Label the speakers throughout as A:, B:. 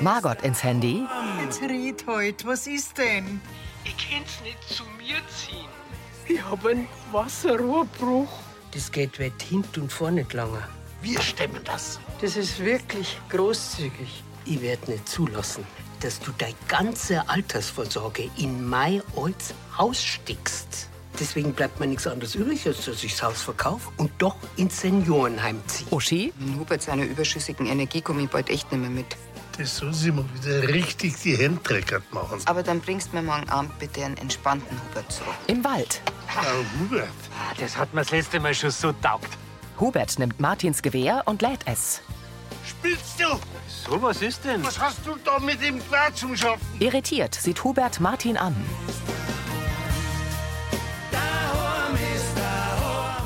A: Margot ins Handy.
B: Jetzt red heut, was ist denn?
C: Ich kann's nicht zu mir ziehen.
D: Ich hab einen Wasserrohrbruch.
E: Das geht weit hinten und vorne nicht langer.
F: Wir stemmen das.
E: Das ist wirklich großzügig. Ich werde nicht zulassen, dass du deine ganze Altersvorsorge in mein altes Haus stickst. Deswegen bleibt mir nichts anderes übrig, als dass ich das Haus verkaufe und doch ins Seniorenheim ziehe.
A: Uschi,
G: Wenn Hubert seiner überschüssigen Energie komme ich bald echt nicht mehr mit.
F: Das soll sie mal wieder richtig die Hände dreckert machen.
G: Aber dann bringst mir morgen Abend bitte einen entspannten Hubert zurück.
A: im Wald.
F: Frau Hubert,
H: Ah, Das hat mir das letzte Mal schon so taugt.
A: Hubert nimmt Martins Gewehr und lädt es.
F: spielst du?
H: So, was ist denn?
F: Was hast du da mit dem Quatsch zum Schaffen?
A: Irritiert sieht Hubert Martin an.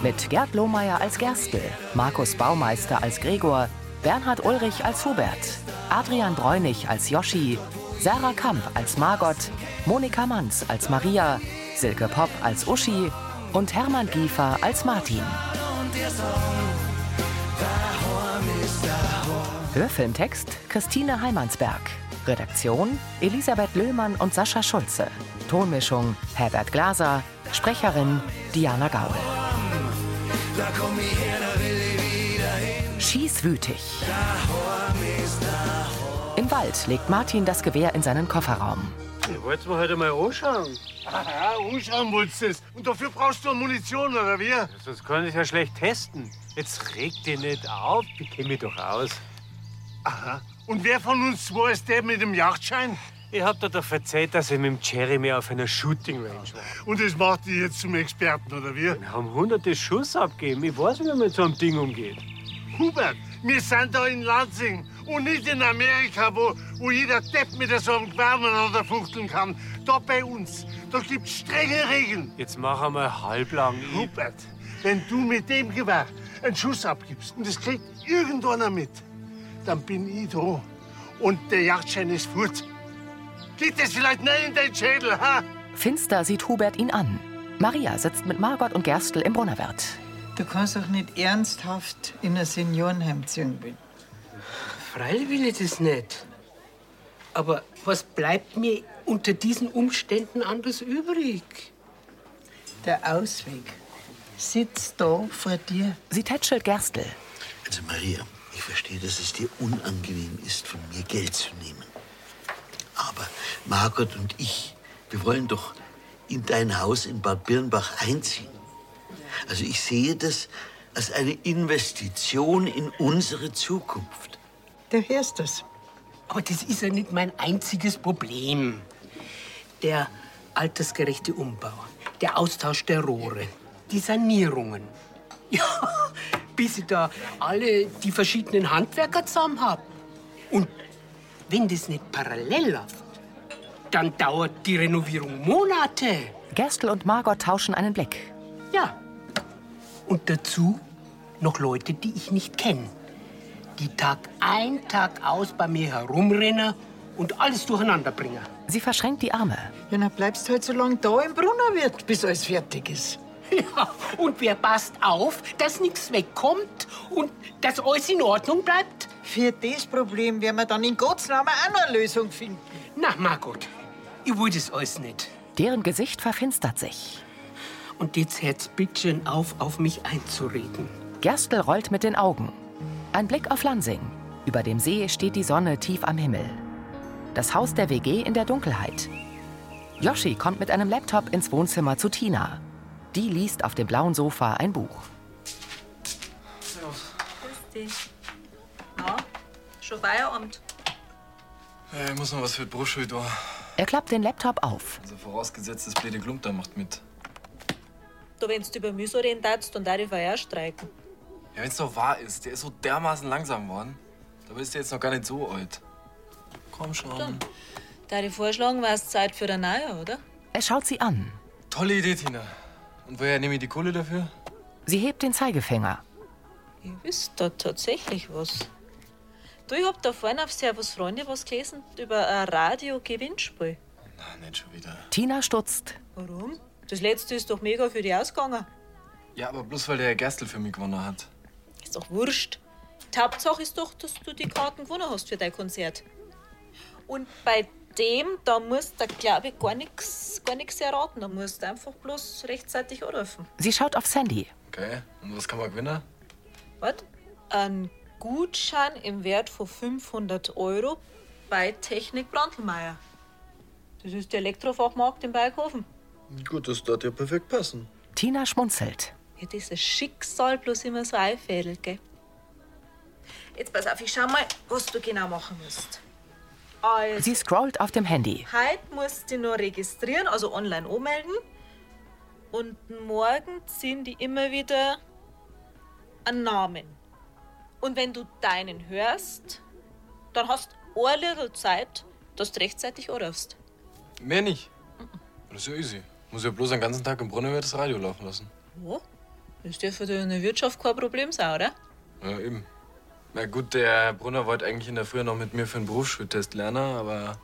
A: Mit Gerd Lohmeier als Gerstl, Markus Baumeister als Gregor, Bernhard Ulrich als Hubert, Adrian Bräunig als Joschi, Sarah Kamp als Margot, Monika Manz als Maria, Silke Popp als Uschi und Hermann Giefer als Martin. Hörfilmtext Christine Heimansberg. Redaktion Elisabeth Löhmann und Sascha Schulze. Tonmischung Herbert Glaser. Sprecherin Diana Gaul. Schießwütig. Im Wald legt Martin das Gewehr in seinen Kofferraum.
H: Ich wollt's mir heute mal anschauen.
F: Ja, umschauen wolltest du es. Und dafür brauchst du Munition, oder wie?
H: Sonst kann ich ja schlecht testen. Jetzt reg dich nicht auf. Ich kenn mich doch aus.
F: Aha. Und wer von uns zwei ist der mit dem Yachtschein?
H: Ich hab dir doch erzählt, dass ich mit dem Jeremy auf einer Shooting Range war.
F: Und das macht dich jetzt zum Experten, oder wie?
H: Wir haben hunderte Schuss abgegeben. Ich weiß, wie man mit so einem Ding umgeht.
F: Hubert, wir sind da in Lansing und nicht in Amerika, wo, wo jeder Depp mit so einem Qualm aneinander fuchteln kann. Da bei uns, da gibt's strenge Regeln.
H: Jetzt mach einmal halblang. Ich-
F: Hubert, wenn du mit dem Gewehr einen Schuss abgibst und es kriegt irgendeiner mit, dann bin ich da und der Jagdschein ist fort. Geht das vielleicht nicht in deinen Schädel, ha?
A: Finster sieht Hubert ihn an. Maria sitzt mit Margot und Gerstl im Brunnerwirt.
B: Du kannst doch nicht ernsthaft in ein Seniorenheim ziehen will.
E: Freilich will ich das nicht. Aber was bleibt mir unter diesen Umständen anders übrig?
B: Der Ausweg sitzt da vor dir.
A: Sie tätschelt Gerstl.
I: Also Maria, ich verstehe, dass es dir unangenehm ist, von mir Geld zu nehmen. Aber Margot und ich, wir wollen doch in dein Haus in Bad Birnbach einziehen. Also ich sehe das als eine Investition in unsere Zukunft.
B: Du hörst das.
E: Aber das ist ja nicht mein einziges Problem. Der altersgerechte Umbau, der Austausch der Rohre, die Sanierungen. Ja, bis ich da alle die verschiedenen Handwerker zusammen hab. Und wenn das nicht parallel läuft, dann dauert die Renovierung Monate.
A: Gerstl und Margot tauschen einen Blick.
E: Ja. Und dazu noch Leute, die ich nicht kenne. Die Tag ein, Tag aus bei mir herumrennen und alles durcheinander bringen.
A: Sie verschränkt die Arme.
B: Ja, dann bleibst halt so lange da im Brunnerwirt, bis alles fertig ist.
E: Ja, und wer passt auf, dass nichts wegkommt und dass alles in Ordnung bleibt?
B: Für das Problem werden wir dann in Gottes Namen auch noch eine Lösung finden.
E: Na, Margot, ich will das alles nicht.
A: Deren Gesicht verfinstert sich.
E: Und jetzt hört's bitte schön auf, auf mich einzureden.
A: Gerstl rollt mit den Augen. Ein Blick auf Lansing. Über dem See steht die Sonne tief am Himmel. Das Haus der WG in der Dunkelheit. Yoshi kommt mit einem Laptop ins Wohnzimmer zu Tina. Die liest auf dem blauen Sofa ein Buch.
J: Na, schon Feierabend.
K: Äh, ich muss noch was für die Broschüre da.
A: Er klappt den Laptop auf.
K: Also vorausgesetzt, das blöde Klump da macht mit.
J: Du, wenn du über mich so reden darfst, dann darf ich auch streiken.
K: Ja, wenn's doch wahr ist, der ist so dermaßen langsam geworden. Dabei ist der jetzt noch gar nicht so alt. Komm schon.
J: Darf ich vorschlagen, war es Zeit für eine neue, oder?
A: Er schaut sie an.
K: Tolle Idee, Tina. Und woher nehme ich die Kohle dafür?
A: Sie hebt den Zeigefinger.
J: Ihr wisst da tatsächlich was. Du, ich hab da vorne auf Servus Freunde was gelesen über ein Radio-Gewinnspiel.
K: Na, nicht schon wieder.
A: Tina stutzt.
J: Warum? Das letzte ist doch mega für die ausgegangen.
K: Ja, aber bloß weil der Herr Gerstl für mich gewonnen hat.
J: Ist doch wurscht. Die Hauptsache ist doch, dass du die Karten gewonnen hast für dein Konzert. Und bei dem, da musst du, glaube ich, gar nichts gar nix erraten. Da musst du einfach bloß rechtzeitig anrufen.
A: Sie schaut auf Sandy.
K: Okay, und was kann man gewinnen?
J: Was? Ein Gutschein im Wert von 500 Euro bei Technik Brandlmeier. Das ist der Elektrofachmarkt in Berghofen.
K: Gut, das dort ja perfekt passen.
A: Tina schmunzelt.
J: Ja, dieses Schicksal bloß immer so einfädelt, gell? Jetzt pass auf, ich schau mal, was du genau machen musst. Also,
A: Sie scrollt auf dem Handy.
J: heute musst du dich noch registrieren, also online anmelden. Und morgen ziehen die immer wieder einen Namen. Und wenn du deinen hörst, dann hast du eine Little Zeit, dass du rechtzeitig anrufst.
K: Mehr nicht. Das ist ja easy. Muss ja bloß den ganzen Tag im Brunnenwehr das Radio laufen lassen.
J: Ja, das dürfte für deine Wirtschaft kein Problem sein, oder?
K: Ja, eben. Na gut, der Brunner wollte eigentlich in der Früh noch mit mir für einen Berufsschultest lernen, aber.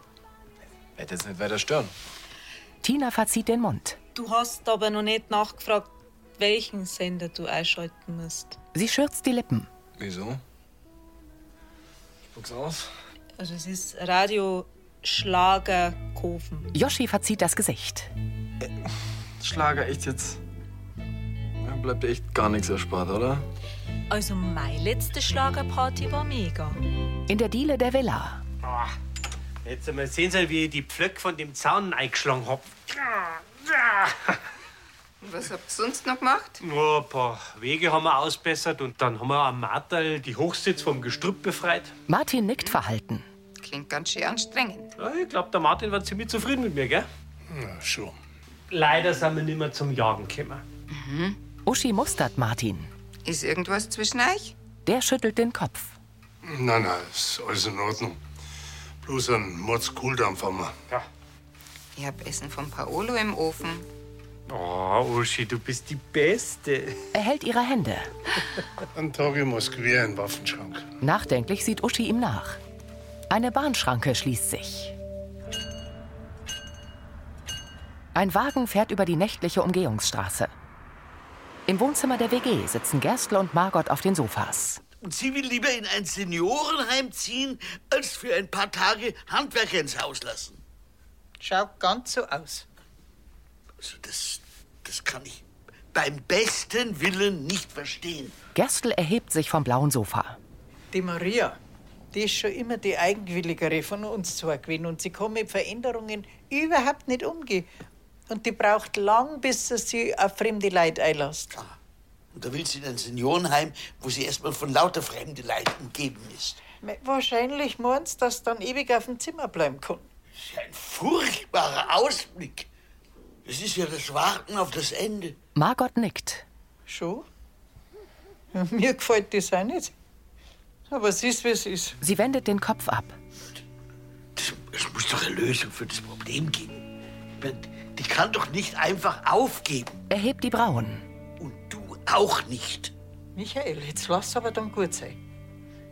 K: Wird jetzt nicht weiter stören.
A: Tina verzieht den Mund.
J: Du hast aber noch nicht nachgefragt, welchen Sender du einschalten musst.
A: Sie schürzt die Lippen.
K: Wieso? Ich guck's aus.
J: Also es ist Radio Schlagerkofen.
A: Yoshi verzieht das Gesicht.
K: Schlager echt jetzt. Dann bleibt dir echt gar nichts erspart, oder?
J: Also meine letzte Schlagerparty war mega.
A: In der Diele der Villa.
H: Jetzt einmal sehen Sie, wie ich die Pflöck von dem Zaun eingeschlagen hab.
G: Was habt ihr sonst noch gemacht?
H: Nur ein paar Wege haben wir ausbessert und dann haben wir am Martal die Hochsitz vom Gestrüpp befreit.
A: Martin nickt verhalten.
G: Klingt ganz schön anstrengend.
H: Ja, ich glaube, der Martin war ziemlich zufrieden mit mir, gell?
F: Ja, schon.
H: Leider sind wir nicht mehr zum Jagen gekommen.
A: Hm? Uschi mustert Martin.
G: Ist irgendwas zwischen euch?
A: Der schüttelt den Kopf.
F: Nein, nein, ist alles in Ordnung. Bloß ein Mordskuldampf haben wir.
G: Ich hab Essen von Paolo im Ofen.
H: Oh, Uschi, du bist die Beste.
A: Er hält ihre Hände.
F: Einen Tag im Moskwer in den Waffenschrank.
A: Nachdenklich sieht Uschi ihm nach. Eine Bahnschranke schließt sich. Ein Wagen fährt über die nächtliche Umgehungsstraße. Im Wohnzimmer der WG sitzen Gerstl und Margot auf den Sofas.
I: Und sie will lieber in ein Seniorenheim ziehen, als für ein paar Tage Handwerker ins Haus lassen.
B: Schaut ganz so aus.
I: Also das, das kann ich beim besten Willen nicht verstehen.
A: Gerstl erhebt sich vom blauen Sofa.
B: Die Maria, die ist schon immer die eigenwilligere von uns zwei gewesen und sie kann mit Veränderungen überhaupt nicht umgehen. Und die braucht lang, bis sie sich auf fremde Leute einlässt.
I: Und da will sie in ein Seniorenheim, wo sie erstmal von lauter fremden Leuten umgeben ist.
B: Me- Wahrscheinlich meinst du, dass sie dann ewig auf dem Zimmer bleiben kann.
I: Furchtbarer Ausblick. Es ist ja das Warten auf das Ende.
A: Margot nickt.
B: Schon? Ja, Mir gefällt das auch nicht. Aber es ist, wie es ist.
A: Sie wendet den Kopf ab.
I: Es muss doch eine Lösung für das Problem geben. Ich meine, Die kann doch nicht einfach aufgeben.
A: Er hebt die Brauen.
I: Auch nicht.
B: Michael, jetzt lass aber dann gut sein.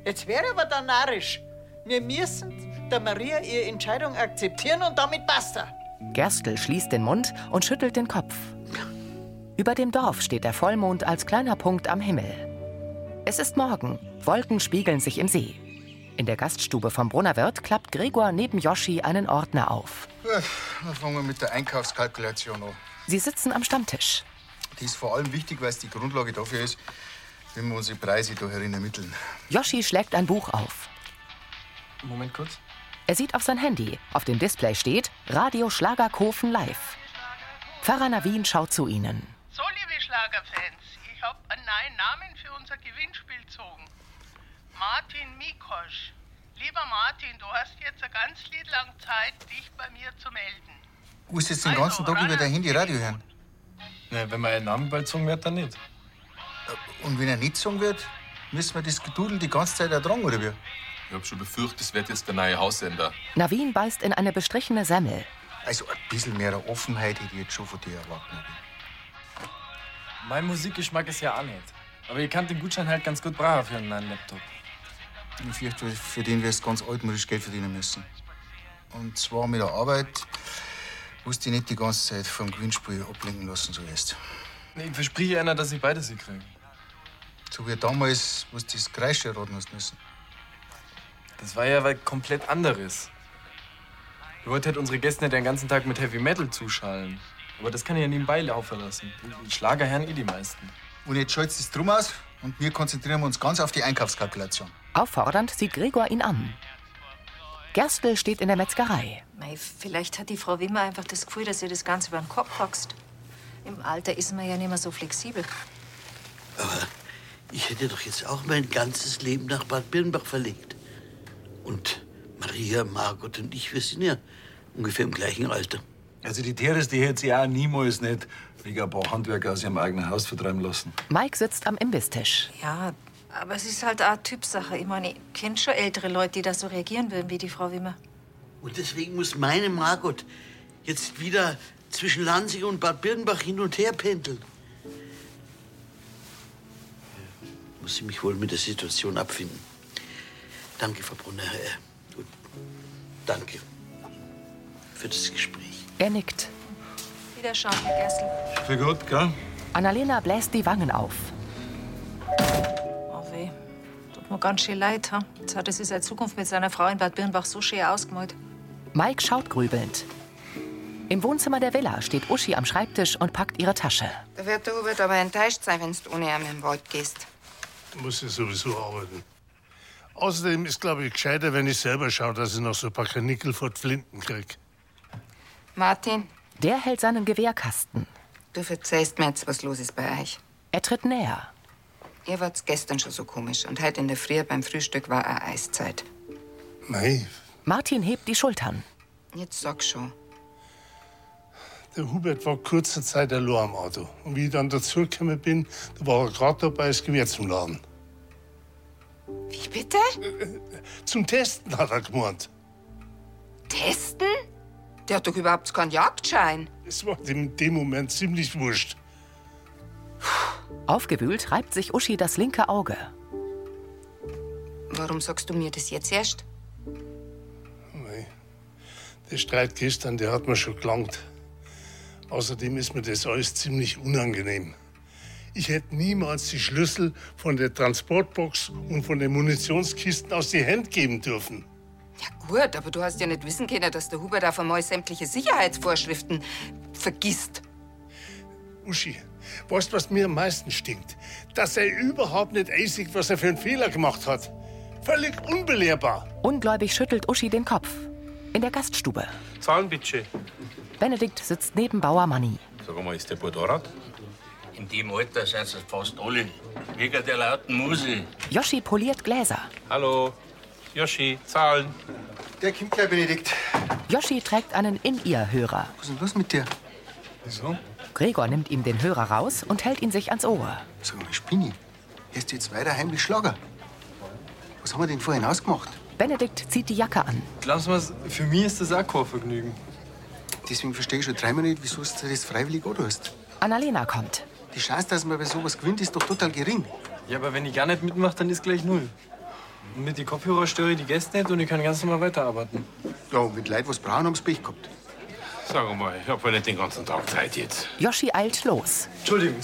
B: Jetzt wäre aber dann narrisch. Wir müssen der Maria ihre Entscheidung akzeptieren und damit basta.
A: Gerstl schließt den Mund und schüttelt den Kopf. Über dem Dorf steht der Vollmond als kleiner Punkt am Himmel. Es ist Morgen, Wolken spiegeln sich im See. In der Gaststube vom Brunnerwirt klappt Gregor neben Joschi einen Ordner auf.
L: Ja, Dann fangen wir mit der Einkaufskalkulation an.
A: Sie sitzen am Stammtisch.
L: Die ist vor allem wichtig, weil es die Grundlage dafür ist, wie wir unsere Preise da herin ermitteln.
A: Joschi schlägt ein Buch auf.
K: Moment kurz.
A: Er sieht auf sein Handy. Auf dem Display steht Radio Schlagerkofen live. Pfarrer Navin schaut zu ihnen.
D: So, liebe Schlagerfans, ich habe einen neuen Namen für unser Gewinnspiel gezogen. Martin Mikosch. Lieber Martin, du hast jetzt ein ganz Lied lang Zeit, dich bei mir zu melden.
L: Muss jetzt den ganzen Tag über dein Handy Radio hören.
K: Ne, wenn mein Name bald gezogen wird, dann nicht.
L: Äh, Und wenn er nicht gesungen wird, müssen wir das Gedudel die ganze Zeit ertragen, oder wie?
M: Ich hab schon befürchtet, es wird jetzt der neue Haussender.
A: Navin beißt in eine bestrichene Semmel.
L: Also ein bisschen mehr Offenheit hätte ich jetzt schon von dir erwartet.
K: Mein Musikgeschmack ist ja auch nicht. Aber ihr kann den Gutschein halt ganz gut brauchen für einen neuen Laptop.
L: Ich fürchte, für den wirst du ganz altmodisch Geld verdienen müssen. Und zwar mit der Arbeit, wo du dich nicht die ganze Zeit vom Gewinnspiel ablenken lassen sollst.
K: Nee, ich verspreche einer, dass ich beide sie kriege.
L: So wie damals, wo du das Kreische raten hast müssen.
K: Das war ja was komplett anderes. Ich wollte halt unsere Gäste nicht den ganzen Tag mit Heavy Metal zuschallen. Aber das kann ich ja nebenbei laufen lassen. Die Schlager hören eh die meisten.
L: Und jetzt schaltet es drum aus und wir konzentrieren uns ganz auf die Einkaufskalkulation.
A: Auffordernd sieht Gregor ihn an. Gerstl steht in der Metzgerei.
G: Mei, vielleicht hat die Frau Wimmer einfach das Gefühl, dass ihr das Ganze über den Kopf wächst. Im Alter ist man ja nicht mehr so flexibel.
I: Ich hätte doch jetzt auch mein ganzes Leben nach Bad Birnbach verlegt. Und Maria, Margot und ich, wir sind ja ungefähr im gleichen Alter.
N: Also die Teres, die hätte sie auch niemals nicht wegen ein paar Handwerker aus ihrem eigenen Haus vertreiben lassen.
A: Mike sitzt am Imbistisch.
G: Ja, aber es ist halt auch Typsache. Ich meine, ich kenne schon ältere Leute, die da so reagieren würden wie die Frau Wimmer.
I: Und deswegen muss meine Margot jetzt wieder zwischen Lansing und Bad Birnbach hin und her pendeln. Muss ich mich wohl mit der Situation abfinden. Danke, Frau Brunner. äh, und Danke für das Gespräch.
A: Er nickt.
G: Wiederschauen, Herr Gerstl.
N: Für gut, gell?
A: Annalena bläst die Wangen auf.
G: Oh weh, tut mir ganz schön leid. Ha? Jetzt hat er sich seine Zukunft mit seiner Frau in Bad Birnbach so schön ausgemalt.
A: Mike schaut grübelnd. Im Wohnzimmer der Villa steht Uschi am Schreibtisch und packt ihre Tasche.
G: Da wird der Hubert aber enttäuscht sein, wenn du ohne ihn im Wald gehst.
F: Muss ich sowieso arbeiten. Außerdem ist, glaube ich, gescheiter, wenn ich selber schaue, dass ich noch so ein paar Kanickel vor die Flinten krieg.
G: Martin,
A: Der hält seinen Gewehrkasten.
G: du verzeihst mir jetzt, was los ist bei euch.
A: Er tritt näher.
G: Ihr wart's gestern schon so komisch und heute in der Früh beim Frühstück war auch Eiszeit.
F: Mei.
A: Martin hebt die Schultern.
G: Jetzt sag schon.
F: Der Hubert war kurze Zeit allein am Auto. Und wie ich dann dazugekommen bin, da war er gerade dabei, das Gewehr zum Laden.
G: Wie bitte?
F: Zum Testen hat er gemeint.
G: Testen? Der hat doch überhaupt keinen Jagdschein.
F: Es war ihm in dem Moment ziemlich wurscht.
A: Aufgewühlt reibt sich Uschi das linke Auge.
G: Warum sagst du mir das jetzt erst?
F: Mei. Der Streit gestern, der hat mir schon gelangt. Außerdem ist mir das alles ziemlich unangenehm. Ich hätte niemals die Schlüssel von der Transportbox und von den Munitionskisten aus die Hand geben dürfen.
G: Gut, aber du hast ja nicht wissen können, dass der Hubert auf einmal sämtliche Sicherheitsvorschriften vergisst.
F: Uschi, weißt du, was mir am meisten stinkt? Dass er überhaupt nicht einsieht, was er für einen Fehler gemacht hat. Völlig unbelehrbar.
A: Ungläubig schüttelt Uschi den Kopf. In der Gaststube.
H: Zahlen bitte.
A: Benedikt sitzt neben Bauer Manni.
O: Sag mal, ist der Bordorat? In dem Alter sind sie fast alle. Wegen der lauten Musik.
A: Joschi poliert Gläser.
H: Hallo. Yoshi, Zahlen.
P: Der kommt gleich, Benedikt.
A: Joschi trägt einen In-Ear-Hörer.
P: Was ist denn los mit dir? Wieso?
A: Gregor nimmt ihm den Hörer raus und hält ihn sich ans Ohr.
P: Sag mal, Spinni, hörst du jetzt weiter heimlich Schlager? Was haben wir denn vorhin ausgemacht?
A: Benedikt zieht die Jacke an.
P: Glaubst du was, für mich ist das auch kein Vergnügen. Deswegen verstehe ich schon dreimal nicht, wieso du dir das freiwillig anhörst.
A: Annalena kommt.
P: Die Chance, dass man bei sowas gewinnt, ist doch total gering.
K: Ja, aber wenn ich gar nicht mitmache, dann ist gleich null. Und mit den Kopfhörer störe ich die Gäste nicht und ich kann ganz normal weiterarbeiten.
P: Ja, und mit Leid, was brauchen, haben's Pech gehabt.
O: Sag mal, ich hab wohl nicht den ganzen Tag Zeit jetzt.
A: Joschi eilt los.
P: Entschuldigung.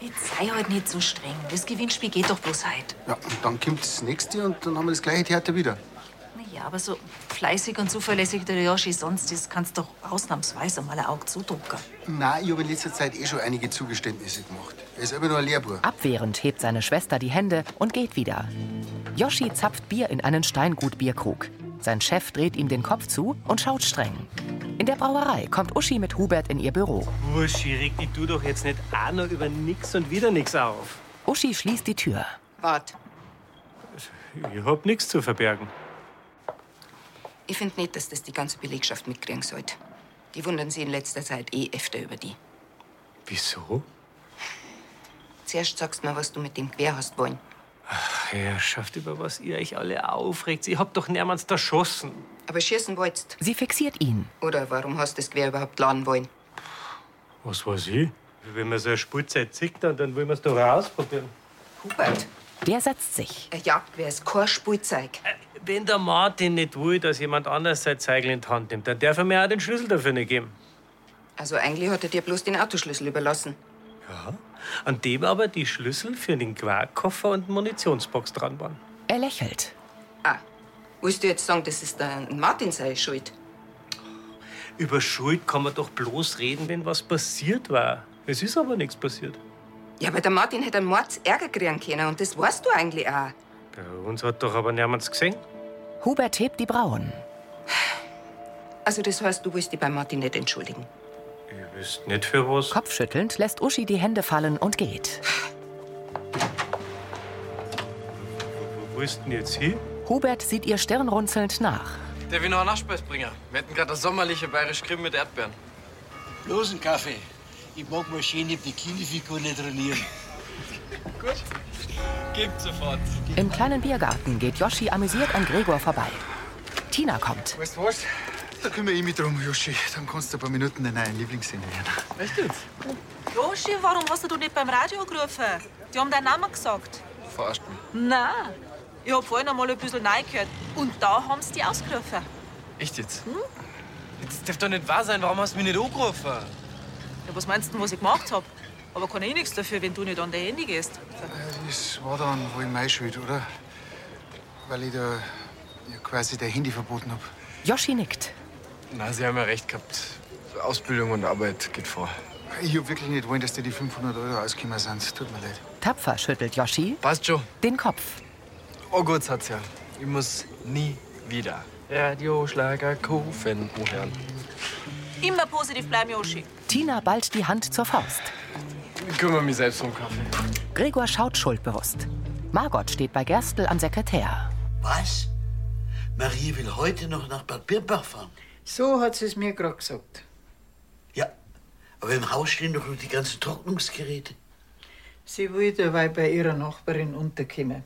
G: Jetzt sei heute nicht so streng. Das Gewinnspiel geht doch bloß heute.
P: Ja, und dann kommt das nächste und dann haben wir das gleiche Theater wieder.
G: Naja, aber so fleißig und zuverlässig der Yoshi sonst ist, kannst doch ausnahmsweise mal ein Auge zudrucken.
P: Nein, ich habe in letzter Zeit eh schon einige Zugeständnisse gemacht. Er ist immer nur ein Lehrbuch.
A: Abwehrend hebt seine Schwester die Hände und geht wieder. Joschi zapft Bier in einen Steingut-Bierkrug. Sein Chef dreht ihm den Kopf zu und schaut streng. In der Brauerei kommt Uschi mit Hubert in ihr Büro.
H: Wurschi, reg dich du doch jetzt nicht auch noch über nix und wieder nix auf.
A: Uschi schließt die Tür.
G: Wart,
H: Ich hab nichts zu verbergen.
G: ich finde nicht, dass das die ganze Belegschaft mitkriegen sollte. Die wundern sich in letzter Zeit eh öfter über die.
H: Wieso?
G: Zuerst sagst du mir, was du mit dem Gewehr hast wollen.
H: Herrschaft, über was ihr euch alle aufregt. Ich hab doch niemals erschossen.
G: Aber schießen wolltest.
A: Sie fixiert ihn.
G: Oder warum hast du das Gewehr überhaupt laden wollen?
H: Was weiß ich? Wenn man so eine Spielzeit zickt, dann, dann wollen wir es doch auch ausprobieren.
G: Hubert.
A: Der setzt sich.
G: Ein Jagdgewehr ist kein Spielzeug.
H: Wenn der Martin nicht will, dass jemand anders sein Zeigel in die Hand nimmt, dann darf er mir auch den Schlüssel dafür nicht geben.
G: Also eigentlich hat er dir bloß den Autoschlüssel überlassen.
H: Ja. An dem aber die Schlüssel für den Quarkkoffer und Munitionsbox dran waren.
A: Er lächelt.
G: Ah, Willst du jetzt sagen, das ist der Martin seine Schuld?
H: Über Schuld kann man doch bloß reden, wenn was passiert war. Es ist aber nichts passiert.
G: Ja, aber der Martin hätte einen Mords Ärger kriegen können und das weißt du eigentlich auch.
H: Bei uns hat doch aber niemand gesehen.
A: Hubert hebt die Brauen.
G: Also das heißt, du willst dich bei Martin nicht entschuldigen.
H: Ihr wisst nicht für was.
A: Kopfschüttelnd lässt Uschi die Hände fallen und geht.
H: Wo ist denn jetzt hin?
A: Hubert sieht ihr stirnrunzelnd nach.
K: Der will noch einen Nachspeis bringen. Wir hätten gerade das sommerliche bayerisch Grimm mit Erdbeeren.
Q: Bloß einen Kaffee. Ich mag mal schöne Bikini-Figur nicht trainieren.
K: Gut. Gebt sofort.
A: Im kleinen Biergarten geht Joschi amüsiert an Gregor vorbei. Tina kommt.
L: Weißt du was? Da kümmere ich mich drum, Joschi. Dann kannst du ein paar Minuten in deinen Lieblingssender werden.
K: Echt jetzt?
J: Joschi, warum hast du nicht beim Radio angerufen? Die haben deinen Namen gesagt.
K: Verarscht mich.
J: Nein, ich hab vorhin einmal ein bisschen reingehört. Und da haben sie die ausgerufen.
K: Echt jetzt? Hm? Das darf doch nicht wahr sein. Warum hast du mich nicht angerufen?
J: Ja, was meinst du denn, was ich gemacht hab? Aber kann ich nichts dafür, wenn du nicht an dein Handy gehst.
L: Äh, Das war dann wohl meine Schuld, oder? Weil ich da ja, quasi dein Handy verboten habe.
A: Joschi nickt.
K: Na, Sie haben ja recht gehabt. Ausbildung und Arbeit geht vor.
L: Ich hab wirklich nicht wollen, dass dir die 500 Euro ausgekommen sind. Tut mir leid.
A: Tapfer schüttelt Joschi
K: Passt schon.
A: den Kopf.
K: Oh Gott, hat's ja. Ich muss nie wieder Radioschlager kaufen. Oh Herrn.
J: Immer positiv bleiben, Joschi.
A: Tina ballt die Hand zur Faust.
K: Ich kümmere mich selbst um Kaffee.
A: Gregor schaut schuldbewusst. Margot steht bei Gerstl am Sekretär.
I: Was? Marie will heute noch nach Bad Birnbach fahren.
B: So hat sie es mir gerade gesagt.
I: Aber im Haus stehen doch nur die ganzen Trocknungsgeräte.
B: Sie will dabei bei ihrer Nachbarin unterkommen.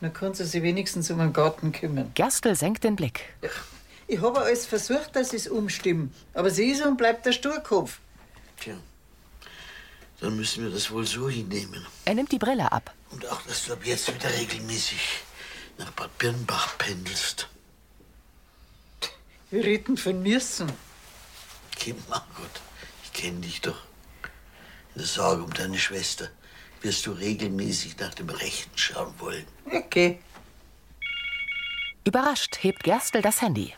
B: Dann kann sie sich wenigstens um den Garten kümmern.
A: Gerstl senkt den Blick.
B: Ich habe alles versucht, dass es umstimmen. Aber sie ist und bleibt der Sturkopf.
I: Tja, dann müssen wir das wohl so hinnehmen.
A: Er nimmt die Brille ab.
I: Und auch, dass du ab jetzt wieder regelmäßig nach Bad Birnbach pendelst.
B: Wir reden von müssen.
I: Geh, Margot, ich kenne dich doch. In der Sorge um deine Schwester wirst du regelmäßig nach dem Rechten schauen wollen.
B: Okay.
A: Überrascht hebt Gerstl das Handy.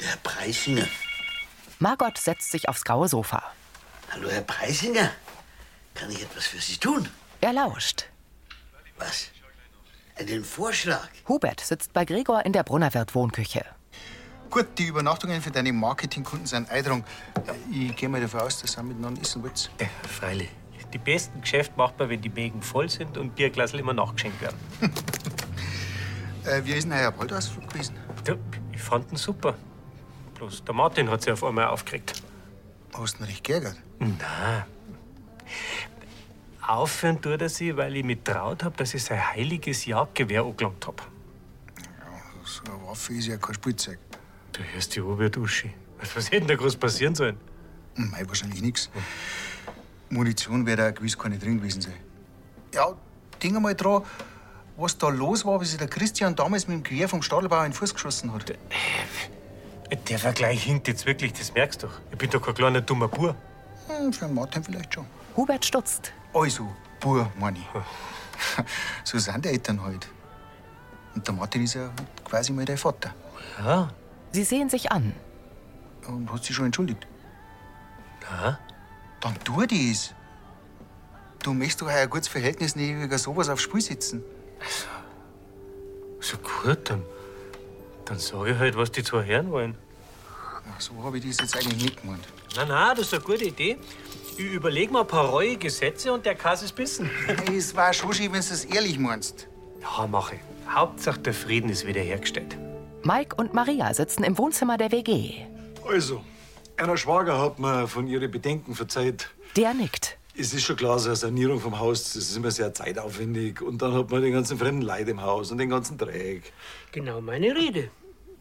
I: Herr Preisinger.
A: Margot setzt sich aufs graue Sofa.
I: Hallo, Herr Preisinger. Kann ich etwas für Sie tun?
A: Er lauscht.
I: Was? Einen Vorschlag?
A: Hubert sitzt bei Gregor in der Brunnerwirt-Wohnküche.
L: Gut, die Übernachtungen für deine Marketingkunden sind Eiderung. Ich gehe mal davon aus, dass ihr miteinander essen wollt.
I: Ja, freilich.
H: Die besten Geschäfte macht man, wenn die Mägen voll sind und Bierglasel immer nachgeschenkt werden.
L: Äh, wir sind heuer Waldausflug gewesen.
H: Ja, ich fand ihn super. Bloß der Martin hat sich auf einmal aufgeregt.
L: Hast du ihn nicht geärgert?
K: Hm.
H: Na. Aufhören tut er sie, weil ich mich traut habe, dass ich sein heiliges Jagdgewehr angelangt habe.
L: So eine Waffe ist ja kein Spielzeug.
H: Du hörst die Obertusche. Was hätte denn da groß passieren sollen?
L: Hm, Mei, wahrscheinlich nichts. Munition wäre da gewiss keine drin gewesen sein. Ja, denk mal dran, was da los war, wie sich der Christian damals mit dem Gewehr vom Stadelbau in den Fuß geschossen hat.
H: Der Vergleich hinkt jetzt wirklich, das merkst du. doch. Ich bin doch kein kleiner dummer Bur.
L: Hm, für den Martin vielleicht schon.
A: Hubert stutzt.
L: Also, Bur, meine ich. so sind die Eltern halt. Und der Martin ist ja quasi mal dein Vater.
H: Ja.
A: Sie sehen sich an.
L: Und hat sich schon entschuldigt?
H: Na?
L: Dann tu das. Du möchtest doch ein gutes Verhältnis nicht wegen sowas aufs Spiel setzen.
H: So gut, dann, dann sag ich halt, was die zwei Herren wollen.
L: Ach, so habe ich das jetzt eigentlich nicht gemeint.
H: Na, na, das ist eine gute Idee. Ich überleg mal ein paar reue Gesetze und der Kass ist bissen.
L: Es war schon schön, wenn du es ehrlich meinst.
H: Ja, mache. Hauptsache, der Frieden ist wiederhergestellt.
A: Mike und Maria sitzen im Wohnzimmer der WG.
N: Also, einer Schwager hat mir von ihren Bedenken verzeiht.
A: Der nickt.
N: Es ist schon klar, so eine Sanierung vom Haus, das ist immer sehr zeitaufwendig. Und dann hat man den ganzen fremden Leid im Haus und den ganzen Dreck.
E: Genau meine Rede.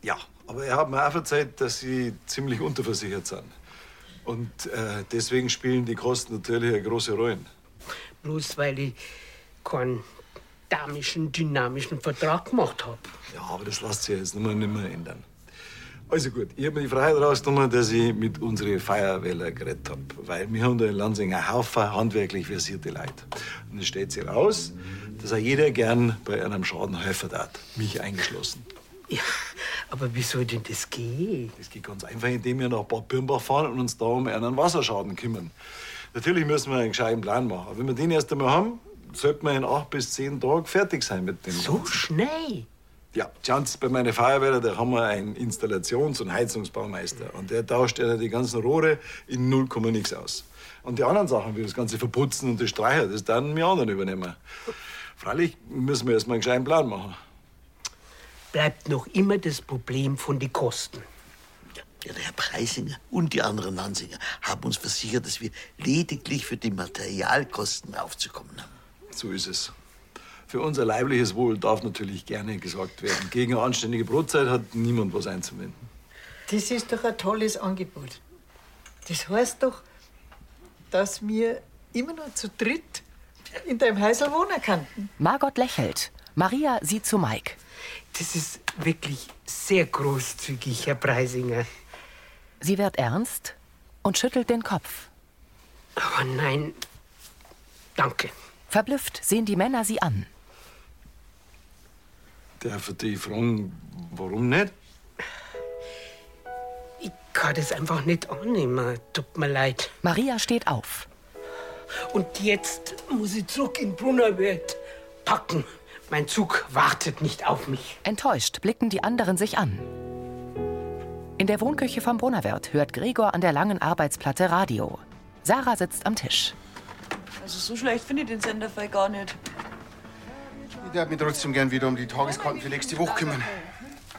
N: Ja, aber er hat mir auch verzeiht, dass sie ziemlich unterversichert sind. Und äh, deswegen spielen die Kosten natürlich eine große Rolle.
E: Bloß weil ich keinen damischen, dynamischen Vertrag gemacht habe.
N: Ja, aber das lässt sich jetzt nimmer, nimmer ändern. Also gut, ich habe mir die Freiheit rausgenommen, dass ich mit unseren Feuerwehrler geredet habe. Weil wir haben da in Lansing einen Haufen handwerklich versierte Leute. Und es stellt sich raus, dass auch jeder gern bei einem Schaden helfen darf. Mich eingeschlossen. Aber wie soll denn das gehen? Das geht ganz einfach, indem wir nach Bad Birnbach fahren und uns da um einen Wasserschaden kümmern. Natürlich müssen wir einen gescheiten Plan machen. Aber wenn wir den erst einmal haben, sollten wir in acht bis zehn Tagen fertig sein mit dem. So
E: Schnell.
N: ja, schauen Sie, bei meiner Feuerwehr, da haben wir einen Installations- und Heizungsbaumeister. Und der tauscht ja die ganzen Rohre in 0, nix aus. Und die anderen Sachen, wie das ganze Verputzen und das Streicher, das dann wir anderen übernehmen. Freilich müssen wir erst mal einen gescheiten Plan machen.
E: Bleibt noch immer das Problem von den Kosten.
I: Ja, der Herr Preisinger und die anderen Lansinger haben uns versichert, dass wir lediglich für die Materialkosten aufzukommen haben.
N: So ist es. Für unser leibliches Wohl darf natürlich gerne gesorgt werden. Gegen eine anständige Brotzeit hat niemand was einzuwenden.
B: Das ist doch ein tolles Angebot. Das heißt doch, dass wir immer nur zu dritt in deinem Häusl wohnen könnten.
A: Margot lächelt. Maria sieht zu Mike.
E: Das ist wirklich sehr großzügig, Herr Preisinger.
A: Sie wird ernst und schüttelt den Kopf.
E: Oh nein. Danke.
A: Verblüfft sehen die Männer sie an.
N: Darf ich die fragen, warum nicht?
E: Ich kann das einfach nicht annehmen. Tut mir leid.
A: Maria steht auf.
E: Und jetzt muss ich zurück in Brunnerwirt packen. Mein Zug wartet nicht auf mich.
A: Enttäuscht blicken die anderen sich an. In der Wohnküche vom Brunnerwirt hört Gregor an der langen Arbeitsplatte Radio. Sarah sitzt am Tisch.
R: Also so schlecht finde ich den Senderfall gar nicht.
L: Ich darf mich trotzdem gern wieder um die Tageskarten für nächste Woche kümmern.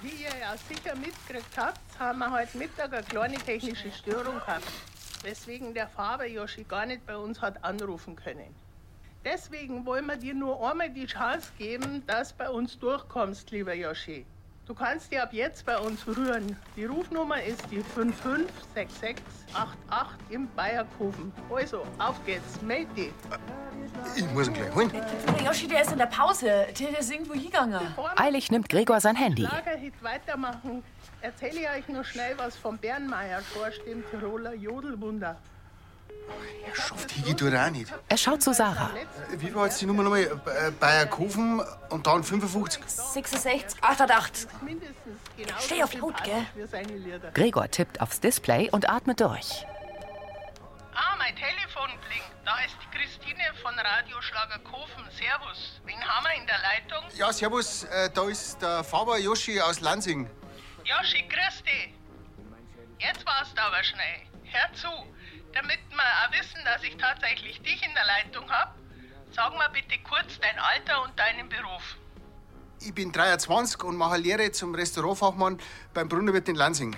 D: Wie ihr ja sicher mitgekriegt habt, haben wir heute Mittag eine kleine technische Störung gehabt, weswegen der Faber Joschi gar nicht bei uns hat anrufen können. Deswegen wollen wir dir nur einmal die Chance geben, dass bei uns durchkommst, lieber Joschi. Du kannst dich ab jetzt bei uns rühren. Die Rufnummer ist die 556688 im Bayerkofen. Also, auf geht's, meld dich.
L: Ich muss ihn gleich holen.
R: Der Joschi, der ist in der Pause. Der ist irgendwo hingegangen.
A: Eilig nimmt Gregor sein Handy.
D: Lagerhit weitermachen, erzähle ich euch nur schnell was vom Bernmeier forscht im Tiroler Jodelwunder.
L: Die tut er auch nicht.
A: Er schaut zu Sarah.
L: Wie war jetzt die Nummer nochmal? Äh, Bayerkofen und dann 55.
R: 66, 88. Steh auf laut, gell?
A: Gregor tippt aufs Display und atmet durch.
D: Ah, mein Telefon blinkt. Da ist die Christine von Radioschlager Kofen. Servus. Wen haben wir in der Leitung?
L: Ja, servus, äh, da ist der Faber Joschi aus Lansing.
D: Joschi, grüß dich. Jetzt warst du aber schnell. Hör zu, damit wir auch wissen, dass ich tatsächlich dich in der Leitung hab. Sag mal bitte kurz dein Alter und deinen Beruf.
L: Ich bin 23 und mache Lehre zum Restaurantfachmann beim Brunnerwirt in Lansing.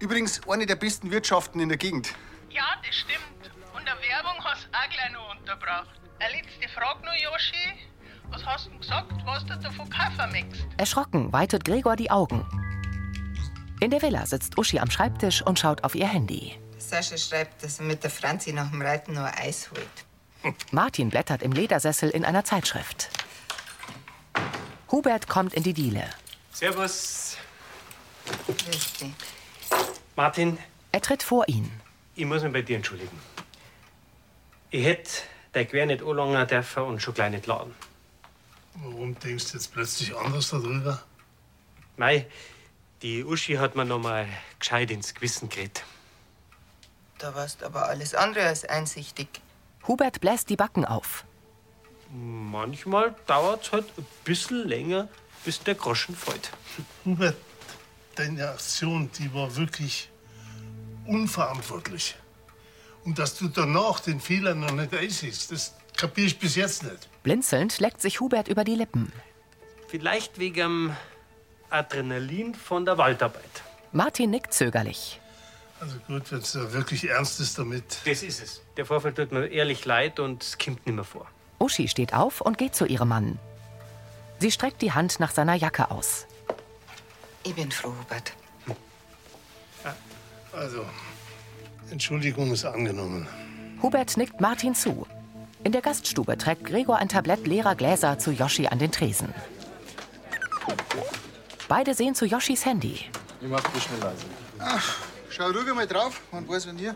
L: Übrigens eine der besten Wirtschaften in der Gegend.
D: Ja, das stimmt. Und der Werbung hast du auch gleich noch unterbracht. Eine letzte Frage noch, Joschi. Was hast du denn gesagt, was du davon kaufen möchtest?
A: Erschrocken weitet Gregor die Augen. In der Villa sitzt Uschi am Schreibtisch und schaut auf ihr Handy.
S: Sascha schreibt, dass er mit der Franzi nach dem Reiten nur Eis holt.
A: Martin blättert im Ledersessel in einer Zeitschrift. Hubert kommt in die Diele.
H: Servus.
S: Richtig.
H: Martin,
A: Er tritt vor ihn.
H: ich muss mich bei dir entschuldigen. Ich hätte dein Gewehr nicht anlangen dürfen und schon gleich nicht laden.
F: Warum denkst du jetzt plötzlich anders darüber?
H: Mei, die Uschi hat mir noch mal gescheit ins Gewissen geredet.
S: Da warst aber alles andere als einsichtig.
A: Hubert bläst die Backen auf.
H: Manchmal dauert's halt ein bisschen länger, bis der Groschen fällt.
F: Hubert, deine Aktion, die war wirklich unverantwortlich. Und dass du danach den Fehler noch nicht einsiehst, das kapier ich bis jetzt nicht.
A: Blinzelnd leckt sich Hubert über die Lippen.
H: Vielleicht wegen dem Adrenalin von der Waldarbeit.
A: Martin nickt zögerlich.
F: Also gut, wenn es da wirklich ernst ist damit.
H: Das ist es. Der Vorfall tut mir ehrlich leid und es kommt nimmer vor.
A: Uschi steht auf und geht zu ihrem Mann. Sie streckt die Hand nach seiner Jacke aus.
S: Ich bin froh, Hubert.
F: Also, Entschuldigung ist angenommen.
A: Hubert nickt Martin zu. In der Gaststube trägt Gregor ein Tablett leerer Gläser zu Yoshi an den Tresen. Beide sehen zu Yoshis Handy.
L: Ich mach das schnell leise. Ach, schau ruhig mal drauf, man weiß wenn ihr.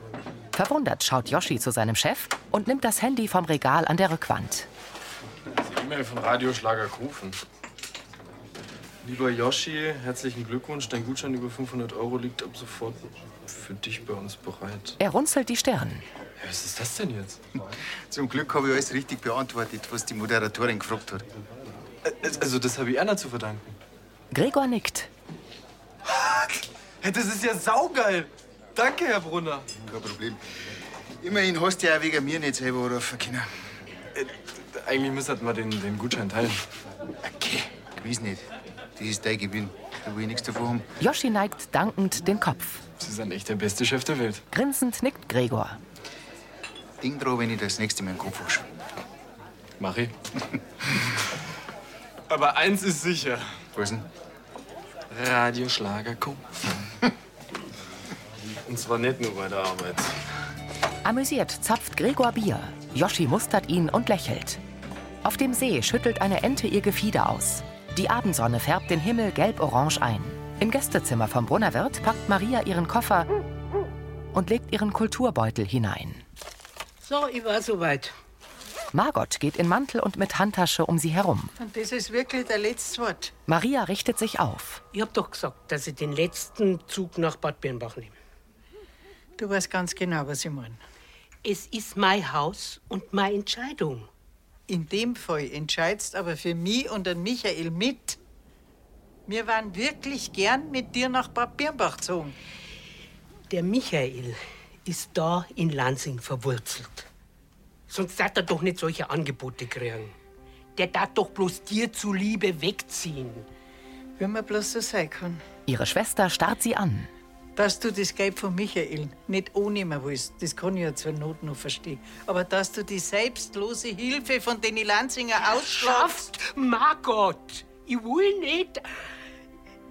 A: Verwundert schaut Yoshi zu seinem Chef und nimmt das Handy vom Regal an der Rückwand.
K: Die E-Mail von Radioschlager Kofen. Lieber Yoshi, herzlichen Glückwunsch. Dein Gutschein über 500 Euro liegt ab sofort für dich bei uns bereit.
A: Er runzelt die Stirn.
K: Ja, was ist das denn jetzt?
L: Zum Glück habe ich alles richtig beantwortet, was die Moderatorin gefragt hat.
K: Also, das habe ich Anna zu verdanken.
A: Gregor nickt.
K: Hey, das ist ja saugeil. Danke, Herr Brunner.
L: Kein Problem. Immerhin hast du ja auch wegen mir nicht selber anrufen können.
K: Äh, Eigentlich müssten wir den, den Gutschein teilen.
L: Okay, gewiss nicht. Das ist dein Gewinn. Da will ich nichts davon haben.
A: Yoshi neigt dankend den Kopf.
K: Sie sind echt der beste Chef der Welt.
A: Grinsend nickt Gregor.
L: Ding dran, wenn ich das nächste Mal einen Kopf wasche.
K: Mach ich. Aber eins ist sicher.
L: Was denn?
K: Radioschlager Kumpf. Und zwar nicht nur bei der Arbeit.
A: Amüsiert zapft Gregor Bier. Yoshi mustert ihn und lächelt. Auf dem See schüttelt eine Ente ihr Gefieder aus. Die Abendsonne färbt den Himmel gelb-orange ein. Im Gästezimmer vom Brunnerwirt packt Maria ihren Koffer und legt ihren Kulturbeutel hinein.
E: So, ich war soweit.
A: Margot geht in Mantel und mit Handtasche um sie herum.
B: Und das ist wirklich der letzte Wort.
A: Maria richtet sich auf.
E: Ich hab doch gesagt, dass ich den letzten Zug nach Bad Birnbach nehme.
B: Du weißt ganz genau, was ich meine.
E: Es ist mein Haus und meine Entscheidung.
B: In dem Fall entscheidest aber für mich und den Michael mit. Wir waren wirklich gern mit dir nach Bad Birnbach gezogen.
E: Der Michael ist da in Lansing verwurzelt. Sonst darf er doch nicht solche Angebote kriegen. Der darf doch bloß dir zuliebe wegziehen.
B: Wenn man bloß so sein kann.
A: Ihre Schwester starrt sie an.
B: Dass du das Geld von Michael nicht annehmen willst, das kann ich ja zur Not noch verstehen. Aber dass du die selbstlose Hilfe von den Lanzinger ausschlafst.
E: Schafft, Margot! Ich will nicht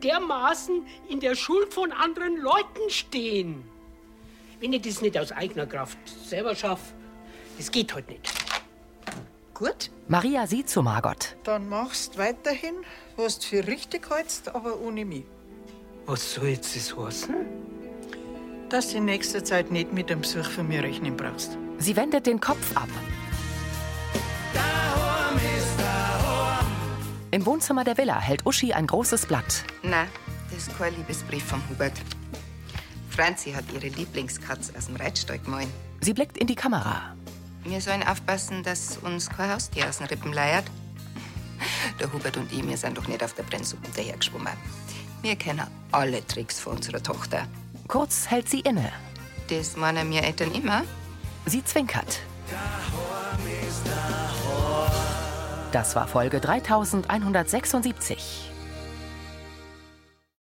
E: dermaßen in der Schuld von anderen Leuten stehen. Wenn ich das nicht aus eigener Kraft selber schaffe, das geht heute nicht.
B: Gut,
A: Maria sieht zu Margot.
B: dann machst weiterhin, was du für richtig hältst, aber ohne mich.
E: Was soll jetzt das heißen?
B: Dass du in nächster Zeit nicht mit dem Besuch von mir rechnen brauchst.
A: Sie wendet den Kopf ab. Im Wohnzimmer der Villa hält Uschi ein großes Blatt.
G: Na, das ist kein Liebesbrief vom Hubert. Franzi hat ihre Lieblingskatz aus dem Reitstall gemahlen.
A: Sie blickt in die Kamera.
G: Wir sollen aufpassen, dass uns kein Haustier aus den Rippen leiert. Der Hubert und ich, wir sind doch nicht auf der Brennsuppe dahergeschwommen. Wir kennen alle Tricks von unserer Tochter.
A: Kurz hält sie inne.
G: Das meinen mir Eltern immer.
A: Sie zwinkert. Das war Folge 3176.